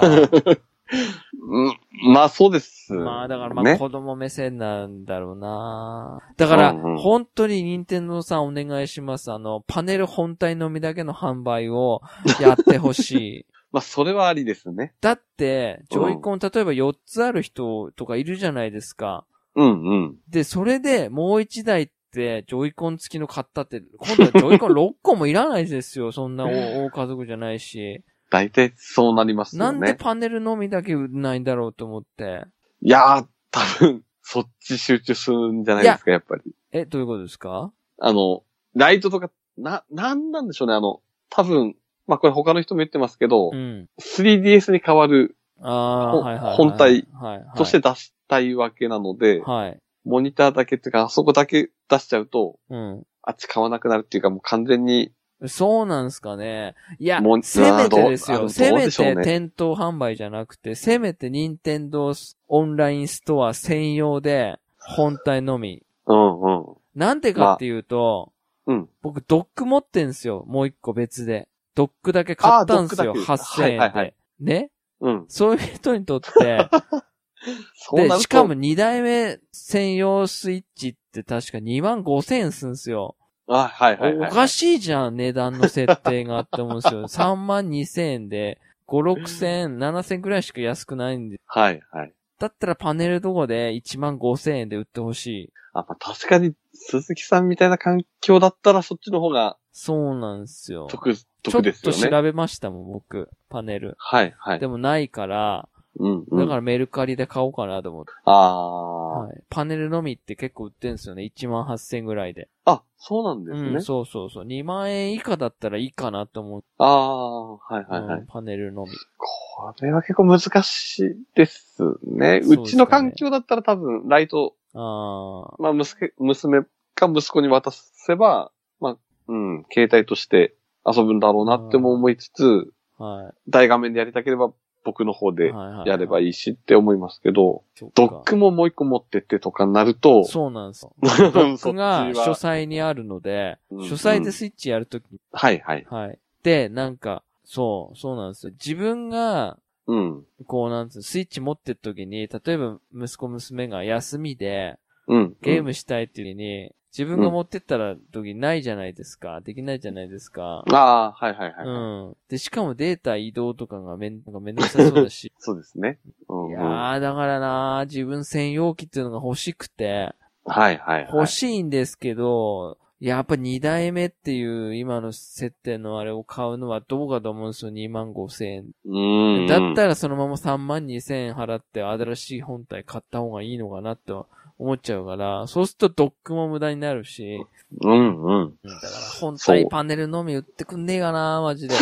Speaker 2: うん、まあそうです。
Speaker 1: まあだからまあ
Speaker 2: ね。
Speaker 1: 子供目線なんだろうな、だから
Speaker 2: うんうん
Speaker 1: 本当に任天堂さんお願いします。あの、パネル本体のみだけの販売をやってほしい。
Speaker 2: まあそれはありですね。
Speaker 1: だって、ジョイコン例えば4つある人とかいるじゃないですか。
Speaker 2: うんうん。
Speaker 1: で、それでもう1台ってジョイコン付きの買ったって、今度はジョイコン6個もいらないですよ。そん
Speaker 2: [laughs]
Speaker 1: な大大家族じゃないし。
Speaker 2: 大体そうなります
Speaker 1: な
Speaker 2: よ
Speaker 1: んで
Speaker 2: ね。
Speaker 1: パネルのみだけ売んないんだろうと思って。
Speaker 2: いやー、多分、そっち集中するんじゃないですか、やっぱり。
Speaker 1: え、どういうことですか
Speaker 2: あの、ライトとか、な、なんなんでしょうね、あの、多分、まあこれ他の人も言ってますけど、
Speaker 1: うん。
Speaker 2: 3DS に変わる
Speaker 1: ああー、
Speaker 2: ほ
Speaker 1: はいはいはい。
Speaker 2: 本体
Speaker 1: はいはい
Speaker 2: として出したいわけなので、
Speaker 1: はい。
Speaker 2: モニターだけっていうか、あそこだけ出しちゃうと、
Speaker 1: うん。
Speaker 2: あっち買わなくなるっていうか、もう完全に、
Speaker 1: そうなんすかね。いや
Speaker 2: もう、
Speaker 1: せめてです
Speaker 2: あど
Speaker 1: よ。
Speaker 2: う
Speaker 1: せ
Speaker 2: どう
Speaker 1: め
Speaker 2: でしょう
Speaker 1: て
Speaker 2: ね
Speaker 1: 店頭販売じゃなくて、せめて任天堂オンラインストア専用で、本体のみ。
Speaker 2: うんうん。
Speaker 1: なんでかっていうと、
Speaker 2: まあうん
Speaker 1: 僕ドック持ってんすよ。もう一個別で。ドックだけ買ったんすよ。
Speaker 2: あードックだけ
Speaker 1: 8000円で。
Speaker 2: はいはいはい
Speaker 1: ね
Speaker 2: うん。
Speaker 1: そういう人にと
Speaker 2: [laughs]
Speaker 1: って、
Speaker 2: そうなる
Speaker 1: で、
Speaker 2: と
Speaker 1: しかも、2代目専用スイッチって確か2万5000円すんすよ。
Speaker 2: あ、はいはいはい、
Speaker 1: おかしいじゃん、値段の設定があって思うんですよ。3万2千円で、5、6千円、7千円くらいしか安くないんで。
Speaker 2: はいはい。
Speaker 1: だったらパネルどこで1万5千円で売ってほしい。
Speaker 2: あ、まあ、確かに、鈴木さんみたいな環境だったら、そっちの方が
Speaker 1: そうなんですよ。
Speaker 2: 得、
Speaker 1: ちょ
Speaker 2: 得
Speaker 1: っ
Speaker 2: です
Speaker 1: と
Speaker 2: よね。
Speaker 1: 調べましたもん、僕。パネル。
Speaker 2: はいはい。
Speaker 1: でもないから、
Speaker 2: うん、うん。
Speaker 1: だからメルカリで買おうかなと思って。
Speaker 2: あー
Speaker 1: はい、パネルのみって結構売ってんですよね。1万8千円ぐらいで。
Speaker 2: あ、そうなんですね。
Speaker 1: うん、そうそうそう。2万円以下だったらいいかなと思って、
Speaker 2: ああ、はいはいはい、
Speaker 1: うんパネルのみ。
Speaker 2: これは結構難しいですね。
Speaker 1: そうですかね
Speaker 2: うちの環境だったら多分、ライト、
Speaker 1: ああ。
Speaker 2: まあ、息子娘か息子に渡せば、まあ、うん、携帯として遊ぶんだろうなっても思いつつ、
Speaker 1: は
Speaker 2: 大画面でやりたければ僕の方
Speaker 1: い。は
Speaker 2: で
Speaker 1: いはいはい
Speaker 2: やればいいしって思いますけど、
Speaker 1: そっか
Speaker 2: ドックももう一個持ってってとかになると、
Speaker 1: そうなんですよ。
Speaker 2: [laughs] そ
Speaker 1: 僕が
Speaker 2: っちは
Speaker 1: 書斎にあるので、
Speaker 2: うん
Speaker 1: 書斎でスイッチやるとき、
Speaker 2: はいはい。
Speaker 1: はい。で、なんか、そう、そうなんですよ。自分が、
Speaker 2: うん。
Speaker 1: こうなんつうのスイッチ持ってるときに、例えば息子娘が休みで、
Speaker 2: うん。
Speaker 1: ゲームしたいっていう時に、自分が持ってったら時ないじゃないですか。できないじゃないですか。
Speaker 2: ああ、はいはいはい。
Speaker 1: うん。で、しかもデータ移動とかがめん、なんかめんどくさそうだし。
Speaker 2: そうですね。うんうん
Speaker 1: いやー、だからなー、自分専用機っていうのが欲しくて、
Speaker 2: はいはいは
Speaker 1: 欲
Speaker 2: い。
Speaker 1: しいんですけど、やっぱ二代目っていう今の設定のあれを買うのはどうかと思うんですよ、2万5千
Speaker 2: うんう
Speaker 1: 円。
Speaker 2: ん。
Speaker 1: だったらそのまま3万2千円払って新しい本体買った方がいいのかなと思っちゃうから、そうするとドックも無駄になるし、
Speaker 2: うんうん。
Speaker 1: だから本
Speaker 2: そう
Speaker 1: 体パネルのみ売ってくんねえかな、マジで。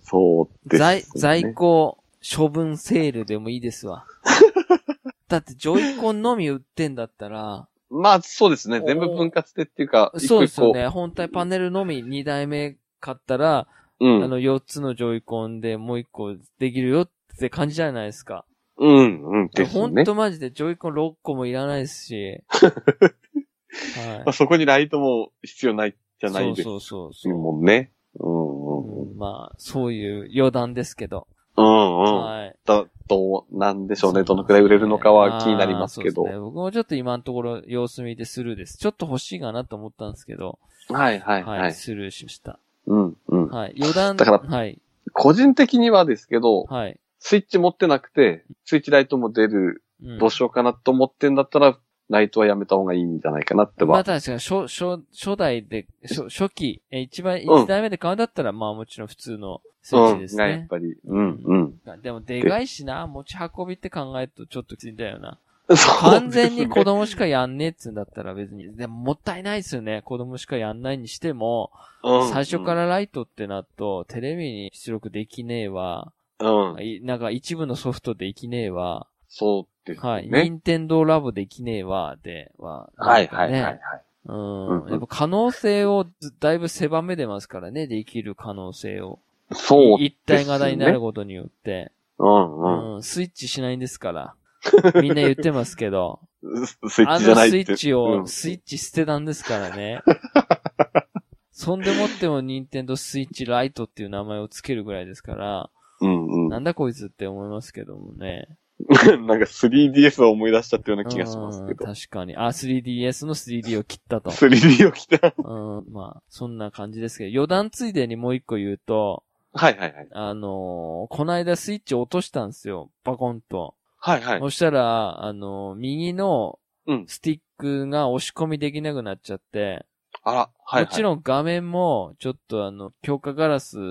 Speaker 2: そうです、ね。
Speaker 1: 在、在庫処分セールでもいいですわ。だってジョイコンのみ売ってんだったら、
Speaker 2: まあ、そうですね。全部分割でっていうか、一
Speaker 1: そう
Speaker 2: 個
Speaker 1: で
Speaker 2: 一
Speaker 1: すよ
Speaker 2: 個。
Speaker 1: ね。本体パネルのみ2台目買ったら、
Speaker 2: う
Speaker 1: あ
Speaker 2: ん。
Speaker 1: の4つのジョイコンでもう1個できるよって感じじゃないですか。
Speaker 2: うん、うん。です
Speaker 1: ほん
Speaker 2: ね。
Speaker 1: とマジでジョイコン6個もいらないです
Speaker 2: [laughs]
Speaker 1: し。
Speaker 2: まあ、
Speaker 1: は
Speaker 2: そこにライトも必要ないじゃないです
Speaker 1: そうそうそうそう。
Speaker 2: もんね。うんうんうん。
Speaker 1: うんまあ、そういう余談ですけど。
Speaker 2: うんうん。
Speaker 1: はい。
Speaker 2: だ、どうなんでしょうね。どのくらい売れるのかは気になりますけ
Speaker 1: あーそう
Speaker 2: ど
Speaker 1: です。ね僕もちょっと今のところ様子見でスルーです。ちょっと欲しいかなと思ったんですけど、
Speaker 2: はいはい
Speaker 1: はい、
Speaker 2: はい。
Speaker 1: スルーしました。
Speaker 2: うんうん。
Speaker 1: はい。余談、
Speaker 2: だから
Speaker 1: はい。
Speaker 2: 個人的にはですけど、
Speaker 1: はい。
Speaker 2: スイッチ持ってなくて、スイッチライトも出る、
Speaker 1: うん
Speaker 2: どうしようかなと思ってんだったら、ライトはやめた方がいいんじゃないかなって
Speaker 1: まあ
Speaker 2: は。
Speaker 1: 確かに、初、初、初代で、初、初期、えー一番、
Speaker 2: うん
Speaker 1: 一代目で買うんだったら、まあもちろん普通のスイ
Speaker 2: う
Speaker 1: ッチで
Speaker 2: ん。
Speaker 1: す
Speaker 2: がやっ
Speaker 1: ね。
Speaker 2: ぱり。うんうん。。
Speaker 1: でも、でかいしな、持ち運びって考えるとちょっときついんだよな。完全に子供しかやんねえっつうんだったら別に。でももったいないですよね。子供しかやんないにしても、最初かららライトってなっと、テレビに出力できねえわ。
Speaker 2: うん。
Speaker 1: いなんか一部のソフトできねえわ。
Speaker 2: そうですね。
Speaker 1: はい。
Speaker 2: は
Speaker 1: ニ
Speaker 2: い
Speaker 1: ンテンドーラボできねえわ、で、は。
Speaker 2: はいはいは
Speaker 1: な
Speaker 2: いは
Speaker 1: ん
Speaker 2: い
Speaker 1: かね。う
Speaker 2: うんうん
Speaker 1: ん。やっぱ可能性をずだいぶ狭めてますからね、できる可能性を。
Speaker 2: そう。
Speaker 1: 一体型になることによって。
Speaker 2: うん
Speaker 1: うん。スイッチしないんですから。みんな言ってますけど。
Speaker 2: うん。ス [laughs] スイッ
Speaker 1: あ
Speaker 2: チじゃ
Speaker 1: の
Speaker 2: ない
Speaker 1: スイッチを、
Speaker 2: うん
Speaker 1: スイッチ捨てたんですからね。
Speaker 2: [laughs]
Speaker 1: そんでもっても任天堂スイッチライトっていう名前をつけるぐらいですから、
Speaker 2: うんうん。
Speaker 1: なんだこいつって思いますけどもね。
Speaker 2: なんか 3DS を思い出しちゃったような気がしますけど
Speaker 1: う。ん確かに。あ、3DS の 3D を切ったと。
Speaker 2: 3D を着た。
Speaker 1: うん、まあ、そんな感じですけど、余談ついでにもう一個言うと、
Speaker 2: はいはいはい。
Speaker 1: あのーこないだスイッチ落としたんですよ。バコンと。
Speaker 2: はいはい。
Speaker 1: そしたら、あのー右の
Speaker 2: うん、
Speaker 1: スティックが押し込みできなくなっちゃって、
Speaker 2: あら、はいはい。
Speaker 1: もちろん画面も、ちょっとあの、強化ガラス、
Speaker 2: う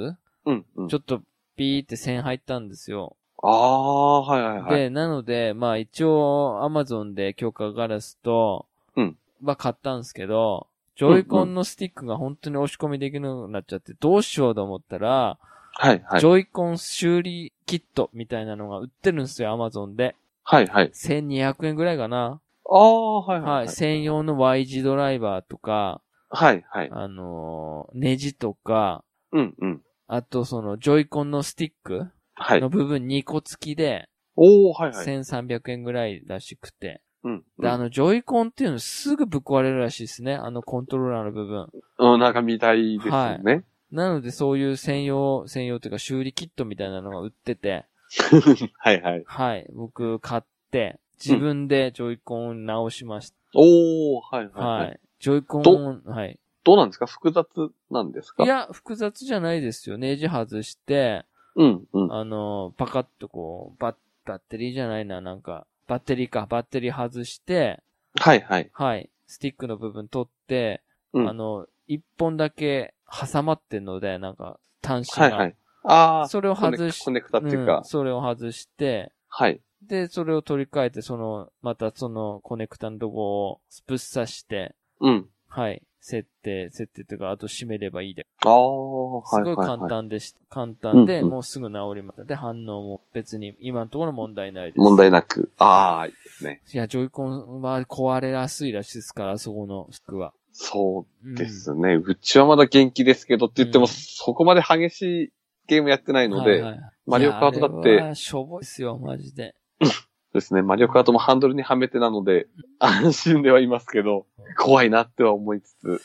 Speaker 2: んうん。
Speaker 1: ちょっとピーって線入ったんですよ。
Speaker 2: ああ、はいはいはい。
Speaker 1: で、なので、まあ一応、アマゾンで強化ガラスと、
Speaker 2: うん
Speaker 1: は買ったんですけど、ジョイコンのスティックが本当に押し込みできなくなっちゃって、どうしようと思ったら、
Speaker 2: はいはい
Speaker 1: ジ。ョイコン修理キットみたいなのが売ってるんですよ、アマゾンで。
Speaker 2: はいはい。
Speaker 1: 1200円ぐらいかな。
Speaker 2: ああ、はいは
Speaker 1: はいい。。専用の Y 字ドライバーとか、
Speaker 2: はいはい。
Speaker 1: あのーネジとか、
Speaker 2: うんうん。
Speaker 1: あと、その、ジョイコンのスティック
Speaker 2: はい
Speaker 1: の。部分2個付きで、
Speaker 2: おおはいはい。
Speaker 1: 1300円ぐらいらしくて。
Speaker 2: うん。
Speaker 1: で、あの、ジョイコンっていうのすぐぶっ壊れるらしいですね。あの、コントローラーの部分。
Speaker 2: うん、なんか見たいですよね。
Speaker 1: なので、そういう専用、専用というか修理キットみたいなのが売ってて、
Speaker 2: [laughs] はいはい。
Speaker 1: はい、僕買って、自分でジョイコンを直しまし
Speaker 2: おおはい
Speaker 1: た。
Speaker 2: はい
Speaker 1: は
Speaker 2: はい。
Speaker 1: い。ジョイコンを、はい。
Speaker 2: どうなんですか複雑なんですか
Speaker 1: いや、複雑じゃないですよ。ネジ外して、
Speaker 2: うんうん。
Speaker 1: あの、パカッとこう、バッ、バッテリーじゃないな、なんか、バッテリーか、バッテリー外して、
Speaker 2: はいはい。
Speaker 1: はい、スティックの部分取って、
Speaker 2: うん
Speaker 1: あの、一本だけ挟まってんので、なんか、端子が。
Speaker 2: はいはい。ああ、
Speaker 1: それを外し、
Speaker 2: コネクコネクタっていうか
Speaker 1: んそれを外して、
Speaker 2: はい。
Speaker 1: で、それを取り替えて、その、またそのコネクタのとこをスプッ刺して、
Speaker 2: うん。
Speaker 1: はい、設定、設定というか、あと締めればいいで。
Speaker 2: ああ、は
Speaker 1: す
Speaker 2: いは
Speaker 1: ご
Speaker 2: い
Speaker 1: い
Speaker 2: はい。
Speaker 1: 簡単でした。簡単で、
Speaker 2: うんうん
Speaker 1: もうすぐ治りました。で、反応も別に今のところ問題ないです。
Speaker 2: 問題なく。ああ、いいですね。
Speaker 1: いや、ジョイコンは壊れやすいらしいですから、あそこの服は。
Speaker 2: そう
Speaker 1: うん
Speaker 2: ですね。うちはまだ元気ですけどって言って
Speaker 1: う
Speaker 2: も、
Speaker 1: ん
Speaker 2: そこまで激しいゲームやってないので、
Speaker 1: はいはい
Speaker 2: マリオカートだって
Speaker 1: いやあれはしょぼいっすよ、マジで。
Speaker 2: そうですね。マリオカートもハンドルにはめてなので、安心ではいますけど、怖いなっては思いつつ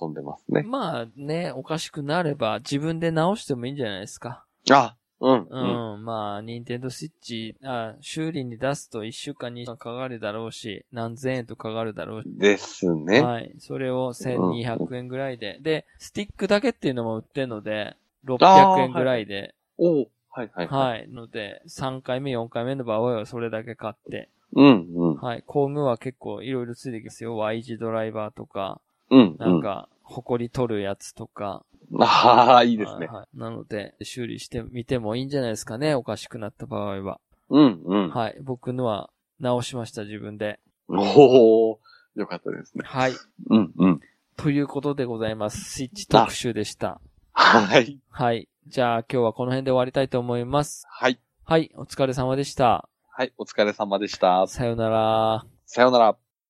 Speaker 2: 遊んでますね。
Speaker 1: まあね、おかしくなれば自分で直してもいいんじゃないですか。
Speaker 2: あ、うん、
Speaker 1: う
Speaker 2: うん。
Speaker 1: ん、まあ、ニンテンドースイッチ、あ修理に出すと1週間にかかるだろうし、何千円とかかるだろうし。
Speaker 2: ですね。
Speaker 1: はい。それを1200円ぐらいで。で、スティックだけっていうのも売ってるので、
Speaker 2: あー
Speaker 1: 600円ぐらいで。
Speaker 2: おうはいはいはい。
Speaker 1: はい。ので、3回目、4回目の場合はそれだけ買って。
Speaker 2: うん、うん、
Speaker 1: はい。工具は結構いろいろついてきますよ。Y 字ドライバーとか、
Speaker 2: うん、
Speaker 1: なん
Speaker 2: うん。
Speaker 1: か、ホコリ取るやつとか。
Speaker 2: ああ、いいですね
Speaker 1: は。いはいなので、修理してみてもいいんじゃないですかね。おかしくなった場合は。
Speaker 2: うん、うん。
Speaker 1: はい。僕のは直しました、自分で。
Speaker 2: おおよかったですね。 [laughs]
Speaker 1: はい。
Speaker 2: うん、うん。
Speaker 1: ということでございます。スイッチ特集でした。
Speaker 2: はい。
Speaker 1: はい。じゃあ今日はこの辺で終わりたいと思います。
Speaker 2: はい。
Speaker 1: はい。お疲れ様でした。
Speaker 2: はい。お疲れ様でした。
Speaker 1: さようなら。
Speaker 2: さようなら。